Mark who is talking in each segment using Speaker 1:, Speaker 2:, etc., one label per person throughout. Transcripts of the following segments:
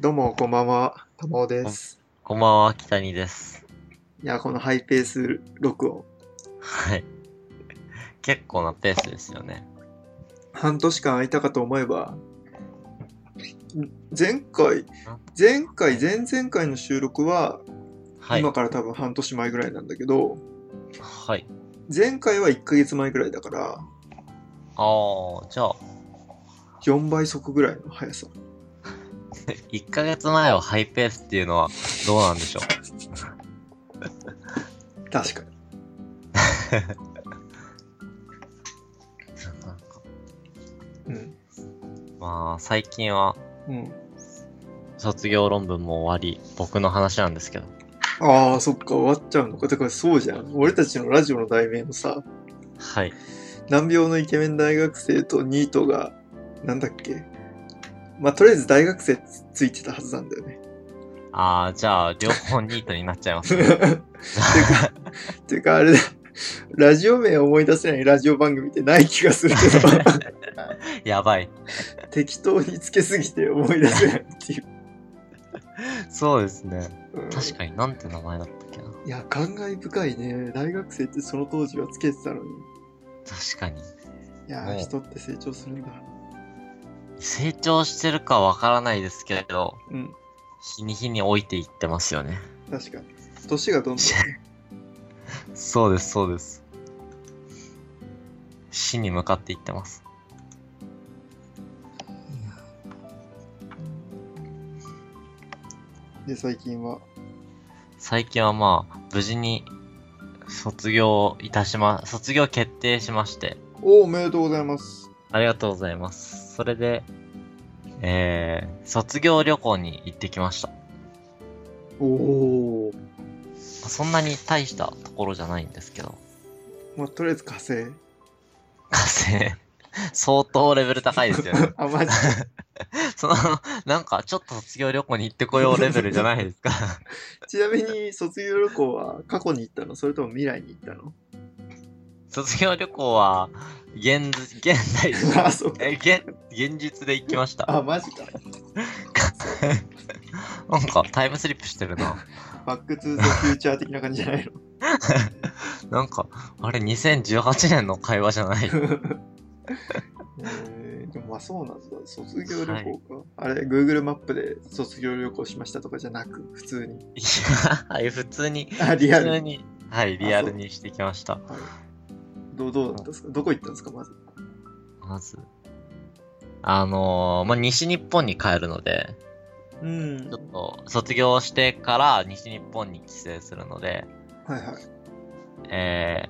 Speaker 1: どうも、こんばんは。たまおです。
Speaker 2: こんばんは、北にです。
Speaker 1: いや、このハイペース録音、
Speaker 2: はい。結構なペースですよね。
Speaker 1: 半年間空いたかと思えば、前回、前回、前々回の収録は、
Speaker 2: はい。
Speaker 1: 今から多分半年前ぐらいなんだけど、
Speaker 2: はい。
Speaker 1: 前回は1ヶ月前ぐらいだから、
Speaker 2: あー、じゃあ、
Speaker 1: 4倍速ぐらいの速さ。
Speaker 2: 1ヶ月前をハイペースっていうのはどうなんでしょう。
Speaker 1: 確かに。
Speaker 2: なんか
Speaker 1: うん。
Speaker 2: まあ、最近は
Speaker 1: うん。
Speaker 2: 卒業論文も終わり、僕の話なんですけど。
Speaker 1: ああ、そっか、終わっちゃうのか。だからそうじゃん。俺たちのラジオの題名のさ、
Speaker 2: はい。
Speaker 1: 難病のイケメン大学生とニートが、なんだっけ。まあ、とりあえず大学生つついてたはずなんだよ ね。
Speaker 2: あー、じゃあ、両方ニートになっちゃいます
Speaker 1: て。いうか、ていうかあれだ。ラジオ名を思い出せないラジオ番組ってない気がするけ ど、
Speaker 2: やばい。
Speaker 1: 適当につけすぎて思い出せないっていう。
Speaker 2: そうですね。
Speaker 1: うん
Speaker 2: 確かになんて名前だったっけな。
Speaker 1: いや、感慨深いね。大学生ってその当時はつけてたのに。
Speaker 2: 確かに。
Speaker 1: いや
Speaker 2: ね
Speaker 1: ー、人って成長するんだ。
Speaker 2: 成長してるかわからないですけれど、
Speaker 1: うん、
Speaker 2: 日に日に老いていってますよね。
Speaker 1: 確かに。年がどんどん。
Speaker 2: そうです、そうです。死に向かっていってます。
Speaker 1: で、最近は。
Speaker 2: 最近はまあ、無事に卒業いたしま、卒業決定しまして、
Speaker 1: おーおめでとうございます。
Speaker 2: ありがとうございます。それで、えー、卒業旅行に行ってきました。
Speaker 1: おお。
Speaker 2: そんなに大したところじゃないんですけど、
Speaker 1: まあ、とりあえず火星。
Speaker 2: 火星、相当レベル高いです よね
Speaker 1: 。あ、マジで
Speaker 2: その、なんかちょっと卒業旅行に行ってこようレベルじゃないですか。
Speaker 1: ちなみに卒業旅行は過去に行ったのそれとも未来に行ったの
Speaker 2: 卒業旅行は、現、現代です
Speaker 1: あ、そうか。
Speaker 2: え、現、現実で行きました。
Speaker 1: あ、マジか。
Speaker 2: なんかタイムスリップしてるな。
Speaker 1: バックトゥーザフューチャー的な感じじゃないの
Speaker 2: なんか、あれ2018年の会話じゃない。
Speaker 1: えーでもまあそうなんだ。卒業旅行か。あれ、Google マップで卒業旅行しましたとかじゃなく、普通に。
Speaker 2: いや、普通に、
Speaker 1: あ、リア
Speaker 2: 普
Speaker 1: ル
Speaker 2: 通
Speaker 1: に。
Speaker 2: に、はい、リアルにしてきました。
Speaker 1: どうどうだったんですかどこ行ったんですかまず。
Speaker 2: まず。あのー、まあ、西日本に帰るので、
Speaker 1: うん
Speaker 2: ちょっと、卒業してから西日本に帰省するので、
Speaker 1: はいはい。
Speaker 2: え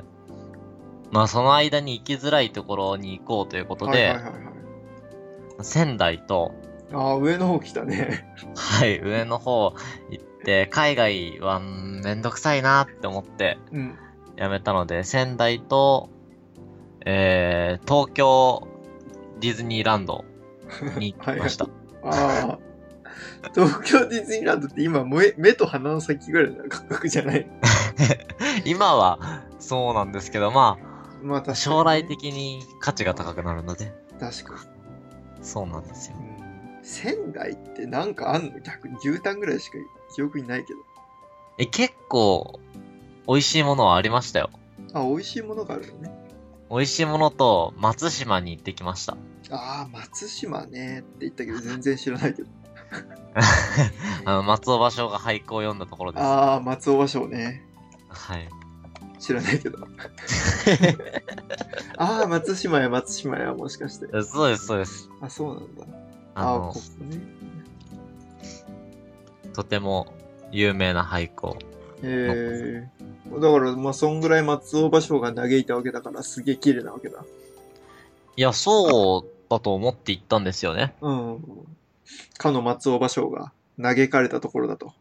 Speaker 2: ー、まあ、その間に行きづらいところに行こうということ
Speaker 1: はい
Speaker 2: で、
Speaker 1: はいはいはい。
Speaker 2: 仙台と、
Speaker 1: あー、上の方来たね。
Speaker 2: はい、上の方行って、海外はうんめんどくさいなって思って
Speaker 1: うん。
Speaker 2: やめたので、仙台と、えー、東京ディズニーランドに行き ました。
Speaker 1: ああ。東京ディズニーランドって今目、目と鼻の先ぐらいの感覚じゃない。
Speaker 2: 今はそうなんですけど、ま
Speaker 1: まあ確か
Speaker 2: あ、
Speaker 1: に
Speaker 2: 将来的に価値が高くなるので、
Speaker 1: 確かに。
Speaker 2: そうなんですよ。
Speaker 1: 仙台ってなんかあんの逆に牛タンぐらいしか記憶にないけど。
Speaker 2: え、結構、美味しいものはありましたよ。
Speaker 1: あ、美味しいものがあるよね。
Speaker 2: 美味しいものと、松島に行ってきました。
Speaker 1: ああ、松島ねって言ったけど全然知らないけど。
Speaker 2: あの、松尾芭蕉が俳句を読んだところです。
Speaker 1: ああ、松尾芭蕉ね。
Speaker 2: はい。
Speaker 1: 知らない けど。ああ、松島や松島や、もしかして。
Speaker 2: えそうです、そうです。
Speaker 1: あ、そうなんだ。
Speaker 2: あ
Speaker 1: ああー、
Speaker 2: の、
Speaker 1: ここね。
Speaker 2: とても有名な俳句を。
Speaker 1: ええだから、まあ、そんぐらい松尾芭蕉が嘆いたわけだから、すげえ綺麗なわけだ。
Speaker 2: いや、そうだと思って行ったんですよね。
Speaker 1: うん。かの松尾芭蕉が嘆かれたところだと。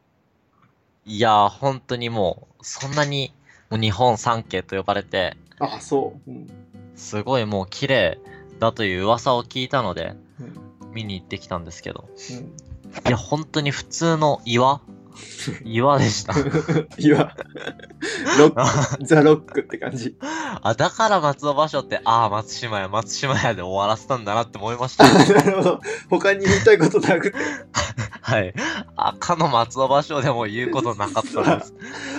Speaker 2: いや、本当にもう、そんなにもう日本三景と呼ばれて、
Speaker 1: ああ、そう。うん。
Speaker 2: すごいもう綺麗だという噂を聞いたので、
Speaker 1: うん
Speaker 2: 見に行ってきたんですけど。
Speaker 1: うん
Speaker 2: いや、本当に普通の 岩岩でした。
Speaker 1: いや、ロック、ザ・ロックって感じ。
Speaker 2: あ、だから松尾芭蕉って、ああ、松島や、松島やで終わらせたんだなって思いました。
Speaker 1: なるほど。他に言いたいことなくて。
Speaker 2: はい。赤の松尾芭蕉でも言う ことなかったです。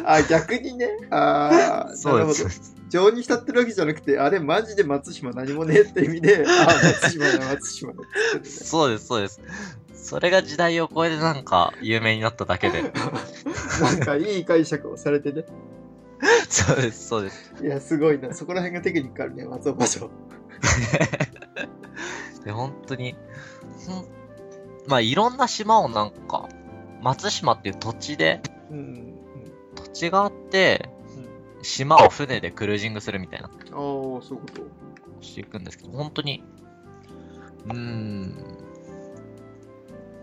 Speaker 1: あ、逆にね。あ あ、
Speaker 2: そうで
Speaker 1: なるほ
Speaker 2: す。
Speaker 1: ど。情に浸ってるわけじゃなくて、あれマジで松島何もねえって意味で、ああ、松島だ、松島だっつってね
Speaker 2: そうです、そうです。それが時代を超えてなんか有名になっただけ で。
Speaker 1: なんかいい解釈をされてね。
Speaker 2: そうです、そうです。
Speaker 1: いや、すごいな。そこら辺がテクニックあるね、松尾芭蕉。
Speaker 2: で、本当に、ほんまあいろんな島をなんか、松島っていう土地で、
Speaker 1: うんうん。
Speaker 2: 土地があって、
Speaker 1: う
Speaker 2: 島を船でクルージングするみたいなこ
Speaker 1: ん、ああ、そういうこと。
Speaker 2: としていくんですけど、本当に、うーん、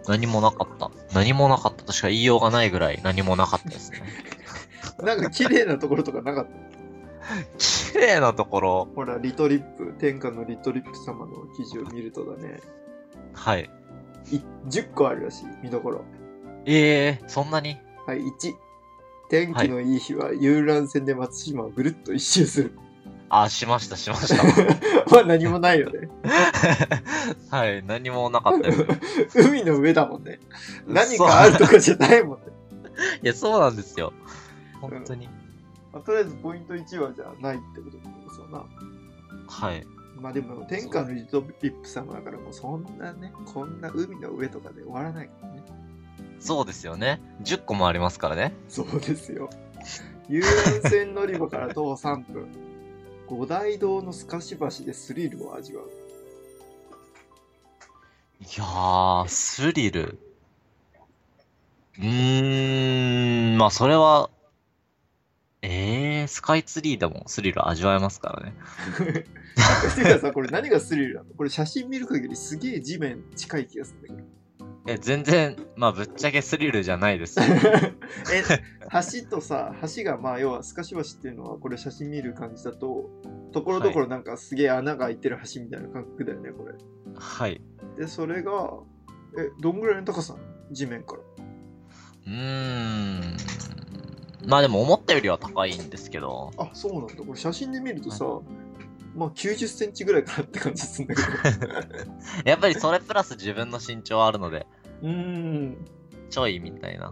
Speaker 2: 何もなかった。何もなかったとしか言いようがないぐらい何もなかったですね。
Speaker 1: なんか綺麗なところとかなかった。
Speaker 2: 綺麗なところ、
Speaker 1: ほら、リトリップ、天下のリトリップ様の記事を見るとだね、
Speaker 2: はい。
Speaker 1: い10個あるらしい、見どころ。
Speaker 2: ええそんなに
Speaker 1: はい、1。天気のいい日は遊覧船で松島をぐるっと一周する。
Speaker 2: あ、しました、しました。
Speaker 1: まあ何もないよ ね。
Speaker 2: はい、何もなかったです。い
Speaker 1: 海の上だもんね。何かあるとこじゃないもんね。
Speaker 2: や、そうなんですよ。本当に。
Speaker 1: まあとりあえずポイント1はじゃあないってことなんですよな。
Speaker 2: はい。
Speaker 1: まあでも天下のリトリップ様だからもうそんなね、こんな海の上とかで終わらないからね。
Speaker 2: そうですよね。10個もありますからね。
Speaker 1: そうです よ。遊覧船乗り場から徒歩3分。五大堂の透かし橋でスリルを味わう。
Speaker 2: いやー、スリル。うーん、まあ、それは、えー、スカイツリーでもスリル味わえますからね。
Speaker 1: てかさ、これ何がスリルなのこれ写真見る限りすげえ地面近い気がするんだ
Speaker 2: え、全然、まあ、ぶっちゃけスリルじゃな いです。
Speaker 1: けど。え、橋とさ、橋がまあ要は透かし橋っていうのはこれ写真見る感じだと、ところどころなんかすげえ穴が開いてる橋みたいな感覚だよね、これ。
Speaker 2: はい。
Speaker 1: で、それが、え、どんぐらいの高さなの地面から。
Speaker 2: うーん。まあ、でも思ったよりは高いんですけど。
Speaker 1: あ、そうなんだ。これ写真で見るとさ、まあ90センチぐらいかなって感じするんだけど。
Speaker 2: やっぱりそれプラス自分の身長あるので、
Speaker 1: うーん。
Speaker 2: ちょいみたいな。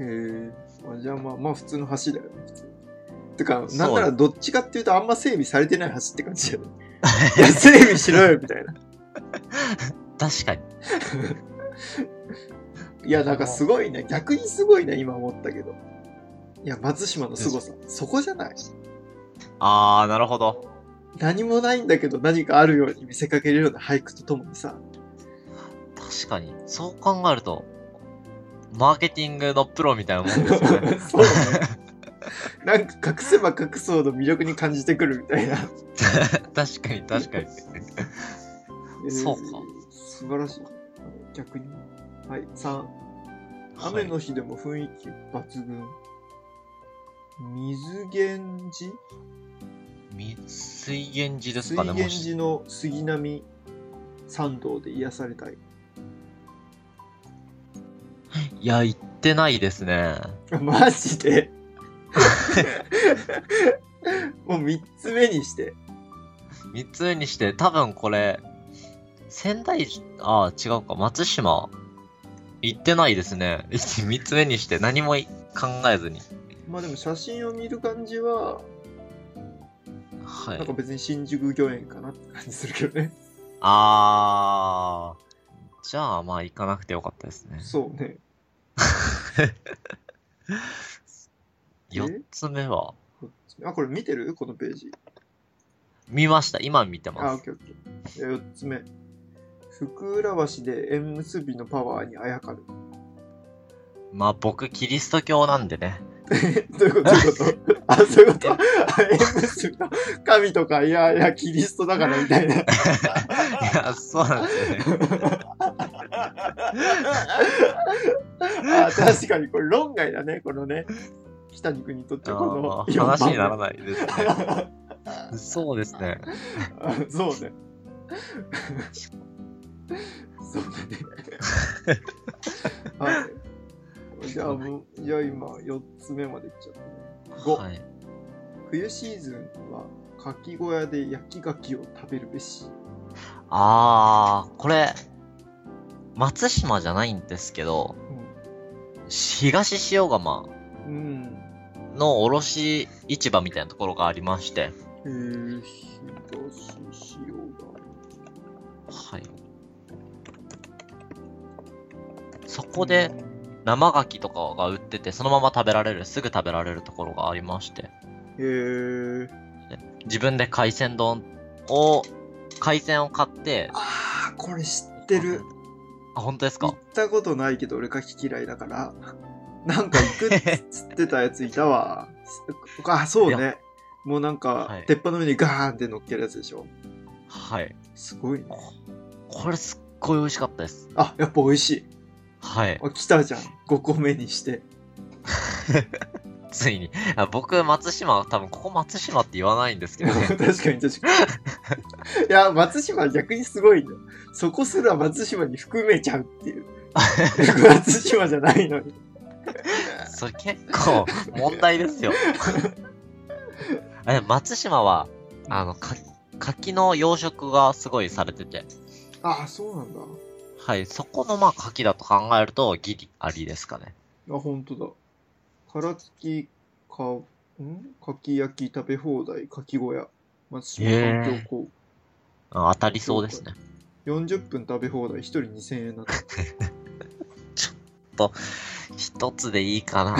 Speaker 1: へえ。あじゃあまあ、まあ普通の橋だよね、普通に。てか、
Speaker 2: そう
Speaker 1: なんならどっちかっていうとあんま整備されてない橋って感じ だよね。いや、整備しろよ、みたいな。
Speaker 2: 確かに。
Speaker 1: いや、なんかすごいね。逆にすごいね、今思ったけど。いや、松島の凄さ。そこじゃない。
Speaker 2: あー、なるほど。
Speaker 1: 何もないんだけど何かあるように見せかけるような俳句とともにさ。
Speaker 2: 確かに。そう考えると、マーケティングのプロみたいなもんです よね。
Speaker 1: そうね。なんか隠せば隠すほど魅力に感じてくるみたいな。
Speaker 2: 確かに、確かに。そうか
Speaker 1: 素晴らしい。逆に。はい、3。雨の日でも雰囲気抜群。水源寺
Speaker 2: み水源寺です
Speaker 1: 水
Speaker 2: かね、
Speaker 1: 源
Speaker 2: もし。
Speaker 1: 寺の杉並参道で癒されたい。
Speaker 2: いや、行ってないですね。
Speaker 1: マジ でもう3つ目にして。
Speaker 2: 三つ目にして、多分これ、仙台、あー違うか、松島、行ってないですね。 三つ目にして、何もい考えずに。
Speaker 1: まあでも写真を見る感じは、
Speaker 2: はい
Speaker 1: なん。か別に新宿御苑かなって感じするけどね。
Speaker 2: あー。じゃあ、まあ、行かなくてよかったですね。
Speaker 1: そうね。え
Speaker 2: 四つ目は、
Speaker 1: あ、これ見てるこのページ。
Speaker 2: 見ました。今見て
Speaker 1: あ、
Speaker 2: ま
Speaker 1: オッ
Speaker 2: す。
Speaker 1: ケーオッケー。で4つ目。福浦橋で縁結びのパワーにあやかる。
Speaker 2: まあ、僕、キリスト教なんで ね。
Speaker 1: どういうことどういうこと あ、そういうことあ縁結びの神とか、いやいや、キリストだからみたいな。
Speaker 2: いや、そうなんですよね。
Speaker 1: あ、確かに、これ論外だね、このね。北に国にとっては
Speaker 2: あ
Speaker 1: こ
Speaker 2: ー
Speaker 1: の
Speaker 2: 話にな
Speaker 1: な
Speaker 2: らないですね。そうですね。
Speaker 1: そうね。そうだね。はい。じゃあもう、じゃあ今、4つ目までいっちゃったね。5、
Speaker 2: はい。
Speaker 1: 冬シーズンは、かき小屋で焼き牡蠣を食べるべし。
Speaker 2: あー、これ、松島じゃないんですけど、東塩釜
Speaker 1: うん。
Speaker 2: の卸市場みたいなところがありまして、
Speaker 1: えー、東塩が。
Speaker 2: はい。そこで、生牡蠣とかが売ってて、そのまま食べられる、すぐ食べられるところがありまして、
Speaker 1: うん。へえ。
Speaker 2: 自分で海鮮丼を、海鮮を買って、
Speaker 1: ああ、これ知ってる。
Speaker 2: あ、本当です
Speaker 1: 行
Speaker 2: か
Speaker 1: ったことないけど俺牡蠣嫌いだから。なんか行くっつってたやついた わ。あ、そう
Speaker 2: い
Speaker 1: ね。もうなんか
Speaker 2: はい、
Speaker 1: 鉄板の上にガーンって乗っけるやつでしょ。
Speaker 2: はい。
Speaker 1: すごいね。
Speaker 2: これすっごい美味しかったです。
Speaker 1: あ、やっぱ美味しい。
Speaker 2: はい。
Speaker 1: あ、来たじゃん。5個目に して。
Speaker 2: ついに。あ僕、松島、多分ここ松島って言わないんですけどね
Speaker 1: 確。かに確かに。いや、松島逆にすごいんだよ。そこすら松島に含めちゃうって いう。松島じゃないのに。
Speaker 2: それ結構問題で すよ。あでも松島は、あの、か柿の養殖がすごいされてて、
Speaker 1: ああ、そうなんだ。
Speaker 2: はい、そこのまあ柿だと考えるとギリありですかね。
Speaker 1: あ、本当だ。殻付きか、んかき焼き食べ放題、かき小屋。松島
Speaker 2: へー
Speaker 1: 東京港。
Speaker 2: あ当たりそうですね。
Speaker 1: 40分食べ放題、1人2000円だった。
Speaker 2: 一つでいい かな。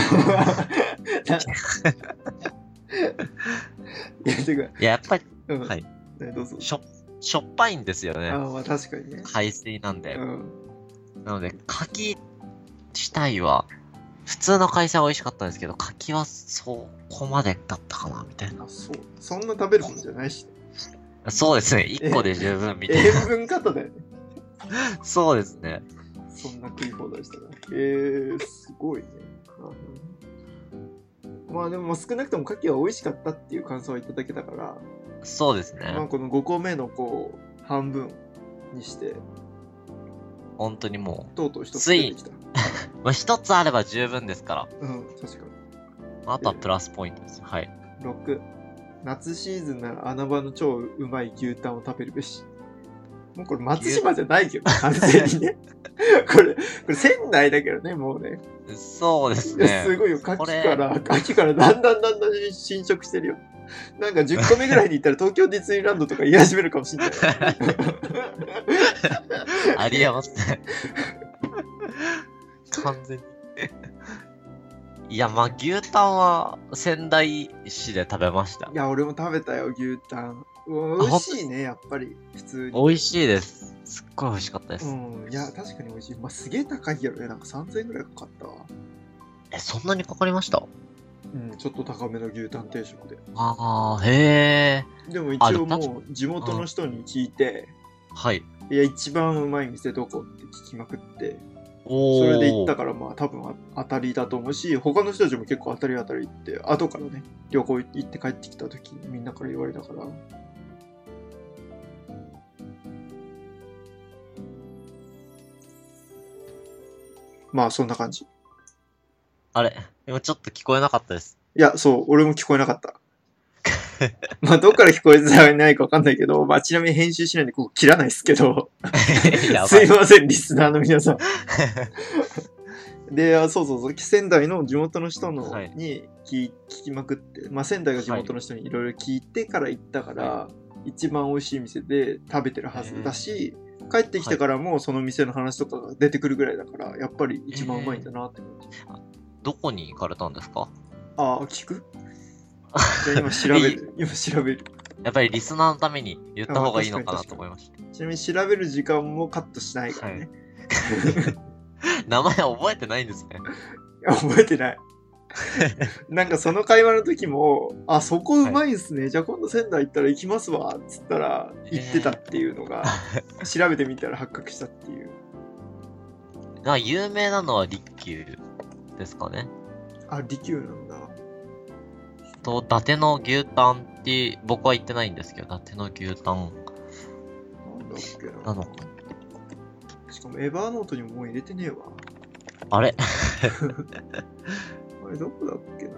Speaker 1: いや、てか、
Speaker 2: いや、やっぱり、
Speaker 1: うん。
Speaker 2: はい
Speaker 1: ねどうぞ。
Speaker 2: しょ、しょっぱいんですよ
Speaker 1: あ
Speaker 2: ね。
Speaker 1: あ、まあ確かにね。
Speaker 2: 海水なんで
Speaker 1: う。ん。
Speaker 2: なので、柿自体は、普通の海鮮は美味しかったんですけど、柿はそこまでだったかな、みたい
Speaker 1: あ、そう。そんな食べるもんじゃないし。
Speaker 2: な。そうですね。一個で十分、みたいな。
Speaker 1: 塩分方だよね。
Speaker 2: そうですね。
Speaker 1: そんな食い放題したら。えー、すごいね。うんまあでも少なくとも牡蠣は美味しかったっていう感想はいただけたから、
Speaker 2: そうです
Speaker 1: まあ
Speaker 2: ね。
Speaker 1: この5個目のこう半分にして、
Speaker 2: 本当にも
Speaker 1: とうとう一つ出てきた。
Speaker 2: う、まあ、一つあれば十分ですか。
Speaker 1: うん、確から
Speaker 2: あとはプラスポイントです。はい。
Speaker 1: に。6、夏シーズンなら穴場の超うまい牛タンを食べるべし。もうこれ松島じゃないけど、完全にね。これ、これ仙台だけどね、もうね。
Speaker 2: そうです
Speaker 1: いや
Speaker 2: ね。
Speaker 1: すごいよ、牡
Speaker 2: こ
Speaker 1: 蠣
Speaker 2: れ
Speaker 1: から、牡蠣からだんだんだんだん侵食してるよ。なんか10個目ぐらいに行ったら東京ディズニーランドとか言い始めるかも しれない。
Speaker 2: ありえます ね。完全に。いや、まあ、牛タンは仙台市で食べました
Speaker 1: い。や、俺も食べたよ、牛タン。うん
Speaker 2: あ
Speaker 1: 美味しいね、やっぱり、普通に。
Speaker 2: 美味しいです。すっごい美味しかったです。
Speaker 1: うん、いや、確かに美味しい。まあ、すげえ高いやろね、なんか3000円ぐらいかかったわ。
Speaker 2: え、そんなにかかりました
Speaker 1: うん、ちょっと高めの牛タン定食で。
Speaker 2: ああ、へえ。
Speaker 1: でも一
Speaker 2: あで
Speaker 1: 応
Speaker 2: も確
Speaker 1: もう、地元の人に聞いて、
Speaker 2: はい。
Speaker 1: いや、一番うまい店どこって聞きまくって、
Speaker 2: お
Speaker 1: そ
Speaker 2: お。
Speaker 1: れで行ったから、まあ多分あ当たりだと思うし、他の人たちも結構当たり当たりって、後からね、旅行行って帰ってきた時みんなから言われたから。まあそんな感じ。
Speaker 2: あれ今ちょっと聞こえなかったです。
Speaker 1: いや、そう、俺も聞こえなか った。まあどっから聞こえてないかわかんないけど、まあちなみに編集しないんでここ切らないですけど、
Speaker 2: やば
Speaker 1: すい
Speaker 2: い。
Speaker 1: ません、リスナーの皆さん。で、あそうそうそう、仙台の地元の人の、
Speaker 2: はい
Speaker 1: に聞聞きまくって、まあ、仙台が地元の人にいろいろ聞いてから行ったから、一番美味しい店で食べてるはずだし、帰ってきてからもその店の話とかが出てくるぐらいだから、やっぱり一番うまいんだなって思って。
Speaker 2: どこに行かれたんですか
Speaker 1: ああ、聞くじゃあ今調べる。今調べる。
Speaker 2: やっぱりリスナーのために言った方がいいのかなと思いまし
Speaker 1: ちなみに調べる時間もカットしないからね。
Speaker 2: た。名前覚えてないんですね。
Speaker 1: いや覚えて ない。なんかその会話の時も、あ、そこうまいんすね。じゃあ今度仙台行ったら行きますわ。っつったら、行ってたっていうのが、 調べてみたら発覚したっていう。
Speaker 2: が有名なのは利休ですかね。
Speaker 1: あ、利休なんだ。
Speaker 2: と、伊達の牛タンって、僕は行ってないんですけど、伊達の牛タン
Speaker 1: なんだっけな。
Speaker 2: なのか。
Speaker 1: しかもエバーノートにももう入れてねえわ。
Speaker 2: あれ
Speaker 1: あれどこだっけな。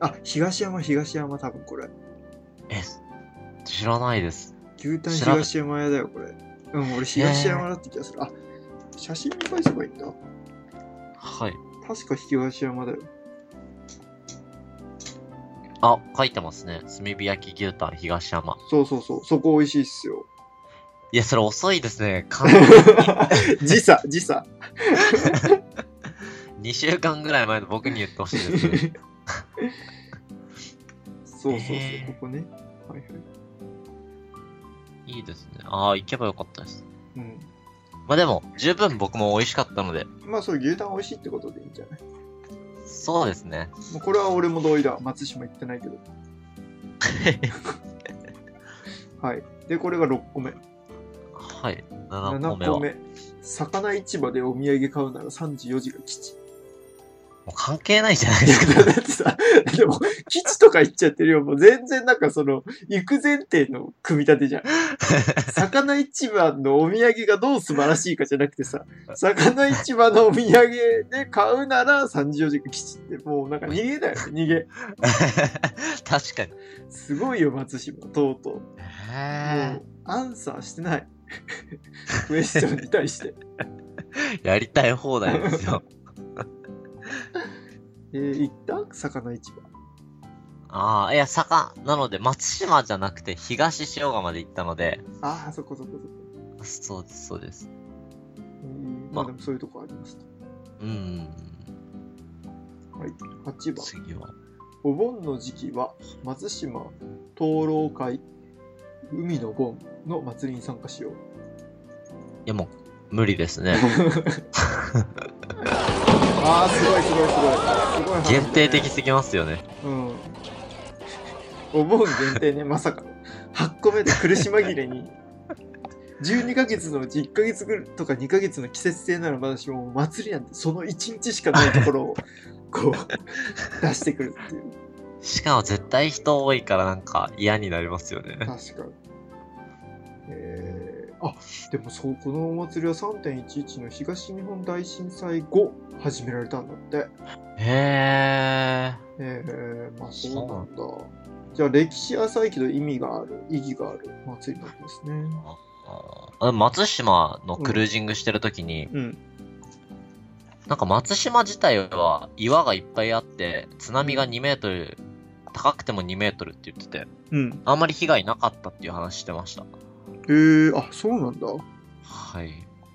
Speaker 1: あ、東山、東山多分これ。
Speaker 2: え、知らないです。
Speaker 1: 牛タン
Speaker 2: 知らな
Speaker 1: 東山屋だよ、これ。うん、俺東山だって気がする。あ、写真見返せばいいんだ。
Speaker 2: はい。
Speaker 1: 確か引き返し山だよ。
Speaker 2: あ、書いてますね。炭火焼き牛タン東山。
Speaker 1: そうそうそう。そこ美味しいっすよ。
Speaker 2: いや、それ遅いですね。 完全
Speaker 1: 時差、時差。
Speaker 2: に2週間ぐらい前の僕に言ってほしいです ね。
Speaker 1: そうそうそう
Speaker 2: え。ー
Speaker 1: ここね。はいはい。
Speaker 2: いいですね。ああ、行けばよかったです。
Speaker 1: うん。
Speaker 2: まあでも、十分僕も美味しかったので、
Speaker 1: まあそう、牛タン美味しいってことでいいんじゃない
Speaker 2: そうで すね。
Speaker 1: もうこれは俺も同意だ。松島行ってないけど。はい。で、これが6個目。
Speaker 2: はい。7
Speaker 1: 7
Speaker 2: 個目は。
Speaker 1: 個
Speaker 2: もう
Speaker 1: 目。魚市場でお土産買うなら34時が吉。
Speaker 2: 関係ないじゃないですか。
Speaker 1: だってさ、でも、基地とか行っちゃってるよ。もう全然なんかその、行く前提の組み立てじゃ ん。魚市場のお土産がどう素晴らしいかじゃなくてさ、魚市場のお土産で買うなら34時間基地ってもうなんか逃げだよね、逃げ。
Speaker 2: 確かに。
Speaker 1: すごいよ、松島、とうとう。も
Speaker 2: へ
Speaker 1: う、アンサーしてない。クエスチョンに対して。
Speaker 2: ーやりたい放題で すよ。
Speaker 1: えー、行った魚市場。
Speaker 2: ああ、いや、坂、なので、松島じゃなくて、東塩釜まで行ったので、
Speaker 1: ああ、そこそこそこ。
Speaker 2: そうです、そうです。
Speaker 1: うんまあでもそういうとこありますと。
Speaker 2: うん。
Speaker 1: 8番。
Speaker 2: 次は。
Speaker 1: お盆の時期は松島灯籠会海の盆の祭りに参加しよ う。
Speaker 2: いや、もう、無理ですね。
Speaker 1: ああ、すごいすごいすごい。すごい話だね
Speaker 2: 限定的。すぎますよね。
Speaker 1: うん。お盆限定ね、まさか。8個目で苦し紛れに。12ヶ月のうち1ヶ月ぐとか2ヶ月の季節性ならまだしも祭りなんてその1日しかないところをこう出してくるっていう
Speaker 2: しかも絶対人多いからなんか嫌になりますよね。
Speaker 1: 確かに。えー、あでもそうこのお祭りは3.11の東日本大震災後始められたんだって。
Speaker 2: へ
Speaker 1: えー、まあそうなんだ。じゃあ歴史浅いけど意味がある、意義がある祭りなんですね。
Speaker 2: ー。あ松島のクルージングしてる時に、
Speaker 1: うん。
Speaker 2: なんか松島自体は岩がいっぱいあって、津波が2メートル、高くても2メートルって言ってて、
Speaker 1: うん。
Speaker 2: あんまり被害なかったっていう話してました。
Speaker 1: えー、あそうなんだ。
Speaker 2: はい。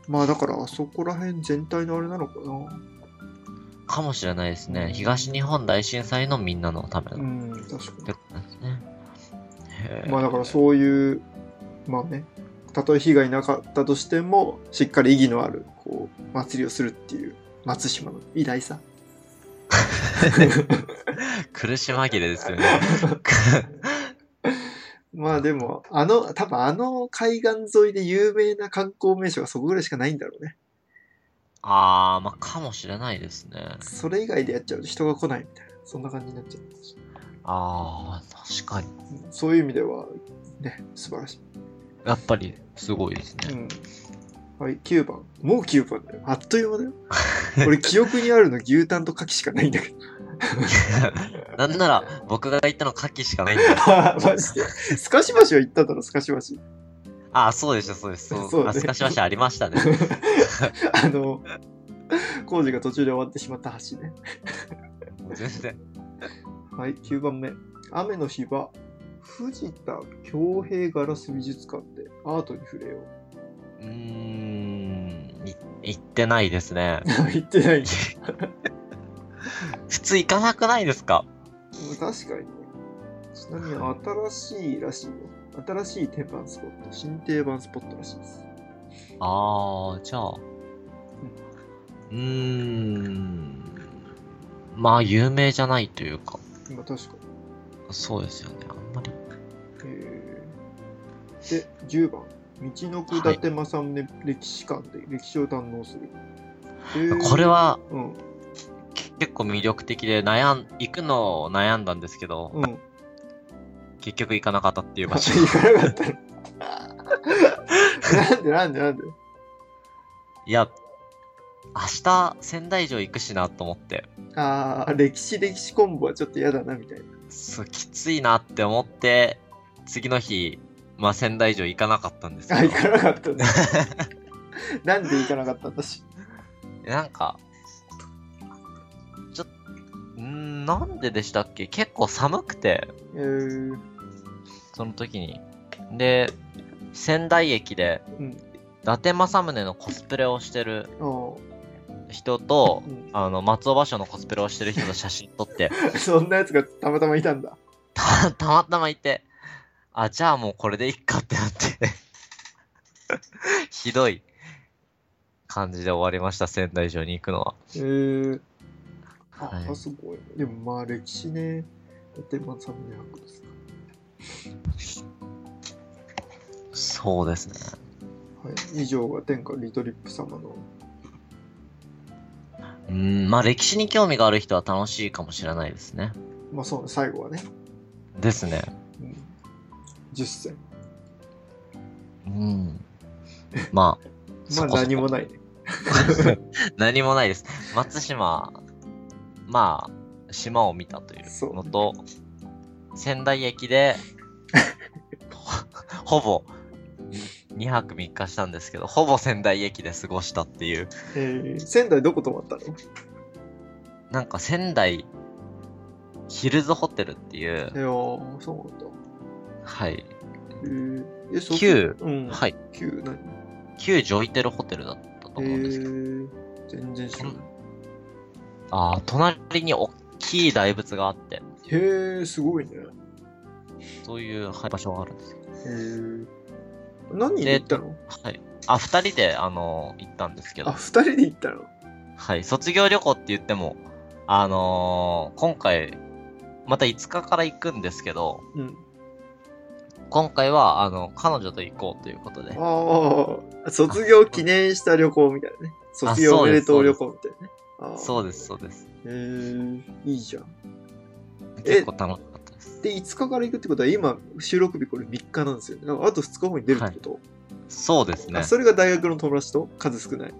Speaker 1: まあだからあそこら辺全体のあれなのかな。
Speaker 2: かもしれないです
Speaker 1: うん
Speaker 2: ね。東日本大震災のみんなのため
Speaker 1: う
Speaker 2: の。っ
Speaker 1: ん、確か
Speaker 2: てことですね。へ
Speaker 1: に。
Speaker 2: ー
Speaker 1: まあだからそういう、まあね、たとえ被害なかったとしても、しっかり意義のある、こう、祭りをするっていう、松島の偉大 さ。
Speaker 2: 苦し紛れ ですよね。
Speaker 1: まあでも、あの、多分あの海岸沿いで有名な観光名所がそこぐらいしかないんだろうね。
Speaker 2: あー、まあ、かもしれないですね。
Speaker 1: それ以外でやっちゃうと人が来ないみたいな、そんな感じになっちゃう。
Speaker 2: あー、確かに。
Speaker 1: うんそういう意味では、ね、素晴らし
Speaker 2: やっぱり、すごいです
Speaker 1: い。う
Speaker 2: ね。
Speaker 1: ん。はい、9番。もう9番だよ。あっという間だよ。俺、記憶にあるの牛タンと牡蠣しかないんだけど。
Speaker 2: なんなら、僕が言ったの牡蠣しかないんだよ。
Speaker 1: マジで。スカシ橋は行っただろ、スカシ橋。
Speaker 2: あー、そうでした、そうです。そう
Speaker 1: そうね
Speaker 2: あ、すかしましありましたね。
Speaker 1: あの、工事が途中で終わってしまった橋ね。
Speaker 2: 全然。
Speaker 1: はい、9番目。雨の日は、藤田恭平ガラス美術館でアートに触れよう。
Speaker 2: うーん、い行ってないですね。
Speaker 1: 言ってない。
Speaker 2: 普通行かなくないですか
Speaker 1: 確かにね。ちなみに新しいらしいよ。新しい定番スポット、新定番スポットらしいです。
Speaker 2: あー、じゃあ。うーん。まあ、有名じゃないというか。
Speaker 1: 今確かに。
Speaker 2: そうですよね。あんまり。
Speaker 1: えーで、10番。道のく伊達政宗歴史館で歴史を堪能する。えー
Speaker 2: これ、は
Speaker 1: うん、
Speaker 2: 結構魅力的で悩ん、行くのを悩んだんですけど、
Speaker 1: うん。行
Speaker 2: 結局行かなかったっていう場所。
Speaker 1: かなかったのなんでなんでなんで
Speaker 2: いや、明日仙台城行くしなと思って、
Speaker 1: ああ、歴史歴史コンボはちょっと嫌だなみたいな。
Speaker 2: そう、きついなって思って、次の日、まあ仙台城行かなかったんです
Speaker 1: あ、
Speaker 2: け
Speaker 1: 行
Speaker 2: ど、
Speaker 1: かなかったね。なんで行かなかったんだし。
Speaker 2: なんか、ちょっと、んーなんででしたっけ結構寒くて、
Speaker 1: えー、
Speaker 2: その時に。で、仙台駅で、
Speaker 1: うん
Speaker 2: 伊達政宗のコスプレをしてる
Speaker 1: あー
Speaker 2: 人と、
Speaker 1: うん
Speaker 2: あの、松尾芭蕉のコスプレをしてる人の写真撮って、
Speaker 1: そんなやつがたまたまいたんだ。
Speaker 2: た、 たまたまいて、あ、じゃあもうこれでいっかってなって、 ひどい感じで終わりました、仙台城に行くのは。
Speaker 1: えー、あ、
Speaker 2: はい
Speaker 1: すごい。でもまあ歴史ね。だってまあサムネ博ですか。
Speaker 2: そうですね。
Speaker 1: はい。以上が天下リトリップ様の。
Speaker 2: うん、まあ歴史に興味がある人は楽しいかもしれないですね。
Speaker 1: まあそうね、最後はね。
Speaker 2: ですね。
Speaker 1: うん、10選。、
Speaker 2: うん。 まあ
Speaker 1: まあ
Speaker 2: そこそこ
Speaker 1: 何もないね。
Speaker 2: 何もないです。松島、まあ、島を見たというのと、仙台駅で、 ほほぼ、2泊3日したんですけど、ほぼ仙台駅で過ごしたっていう。
Speaker 1: えー、仙台どこ泊まったの
Speaker 2: なんか仙台、ヒルズホテルっていう
Speaker 1: い、やー、そうなんだ。
Speaker 2: はい、
Speaker 1: えー、え、そ
Speaker 2: 旧
Speaker 1: うん。
Speaker 2: はい、
Speaker 1: 9何
Speaker 2: 旧ジョイテルホテルだったと思うんですけど、
Speaker 1: えー、全然知らない。
Speaker 2: ああ、隣に大きい大仏があって、
Speaker 1: へー、すごいね。
Speaker 2: そういうはい場所があるんですよ。
Speaker 1: へー。何人で行ったの
Speaker 2: はい。あ、二人で、あの、行ったんですけど
Speaker 1: あ、、二人で行ったの
Speaker 2: はい、卒業旅行って言っても、あのー今回、また5日から行くんですけど、
Speaker 1: うん。
Speaker 2: 今回は、あの、彼女と行こうということで、
Speaker 1: ああ、卒業記念した旅行みたいなね。卒業おめでとう旅行みたいなね。あー
Speaker 2: そうです、そうです。
Speaker 1: へー、いいじゃん。え
Speaker 2: 結構楽しかったです。
Speaker 1: で、5日から行くってことは、今、収録日これ3日なんですよね。だからあと2日後に出るってこと、
Speaker 2: そうですね
Speaker 1: あ。それが大学の友達と数少ない。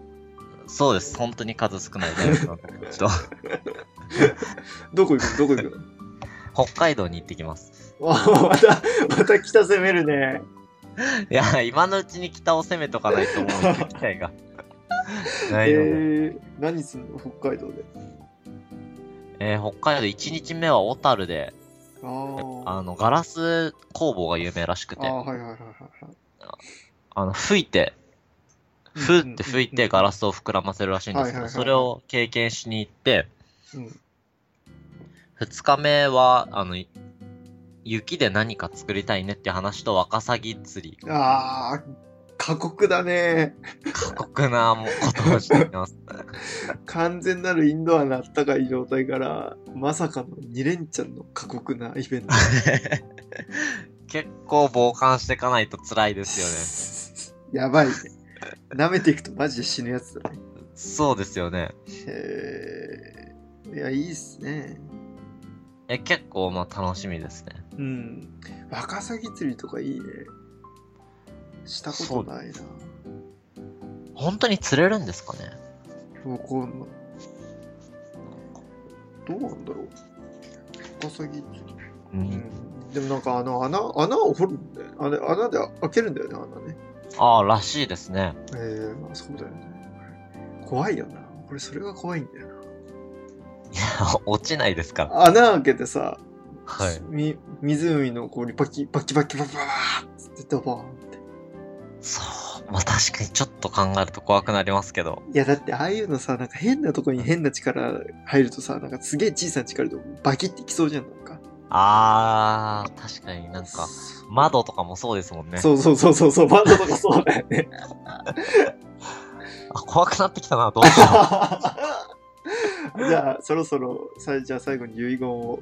Speaker 2: そうです。本当に数少ない 大学の友達と
Speaker 1: どこ行くのどこ行くの
Speaker 2: 北海道に行ってきます。
Speaker 1: あまた、また北攻めるね。
Speaker 2: いや、今のうちに北を攻めとかないと思う 機会がないので。
Speaker 1: えー、何すんの北海道で。
Speaker 2: えー北海道1日目は小樽で、
Speaker 1: あ
Speaker 2: あの、ガラス工房が有名らしく
Speaker 1: あ。あ
Speaker 2: て、
Speaker 1: あ、はいはいはいはいはい。
Speaker 2: あの、吹いて、
Speaker 1: うん
Speaker 2: ふーって吹いてガラスを膨らませるらしいんです
Speaker 1: はいはい
Speaker 2: け
Speaker 1: は
Speaker 2: ど、
Speaker 1: い
Speaker 2: それを経験しに行って、
Speaker 1: うん。
Speaker 2: 二日目は、あの、い雪で何か作りたいねっていう話とワカサギ釣り。
Speaker 1: ああ、過酷だね。
Speaker 2: 過酷なもうことをしています。
Speaker 1: 完全なるインドアのあったかい状態から、まさかの2連チャンの過酷なイベント。
Speaker 2: 結構傍観していかないと辛いですよね。
Speaker 1: よね。やばいね。舐めていくとマジで死ぬやつだね。
Speaker 2: そうですよね。
Speaker 1: へえ。いや、いいっすね。
Speaker 2: いや結構まあ楽しみですね。
Speaker 1: うん。ワカサギ釣りとかいいね。したことないな。
Speaker 2: 本当に釣れるんですかね
Speaker 1: わかんない。どうなんだろう。ワカサギ釣り。う
Speaker 2: う。
Speaker 1: んんでもなんかあの穴穴を掘るんだよねあれ穴で開けるんだよね穴ね
Speaker 2: ああ、らしいですね。
Speaker 1: ええまあそうだよね怖いよな俺それが怖いんだよ
Speaker 2: いや、落ちないですから。
Speaker 1: な穴開けてさ、
Speaker 2: はい。
Speaker 1: み湖の氷パキパキパキパキパーっつってドボーンって
Speaker 2: そう。まあ確かにちょっと考えると怖くなりますけど。
Speaker 1: いやだってああいうのさなんか変なとこに変な力入るとさなんかすげえ小さな力でバキっていきそうじゃんなんか
Speaker 2: あー、確かになんか、窓とかもそうですもんね。
Speaker 1: そうそうそうそうそうバンドとかそうだよね
Speaker 2: あ、怖くなってきたな、どうしよ
Speaker 1: じゃあそろそろさじゃあ最後に遺言を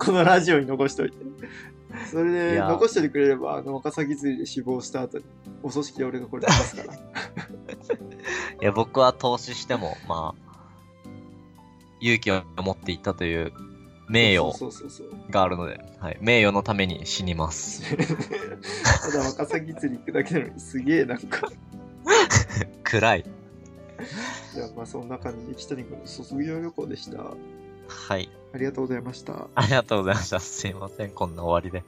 Speaker 1: このラジオに残しておいてそれ
Speaker 2: い
Speaker 1: で
Speaker 2: や
Speaker 1: 残しておいてくれればあのワカサギ釣りで死亡した後にお葬式で俺がこれ出すから
Speaker 2: う。いや、僕は投資しても、まあ、勇気を持っていったという名誉
Speaker 1: そうそうそうそう
Speaker 2: があるので、はい、名誉のために死にます。
Speaker 1: ただワカサギ釣り行くだけなのにすげえなんか
Speaker 2: 暗い。
Speaker 1: じゃあまあそんな感じで北に君の卒業旅行でしたあ
Speaker 2: はい。
Speaker 1: りがとうございました
Speaker 2: ありがとうございました。すいません、こんな終わりで。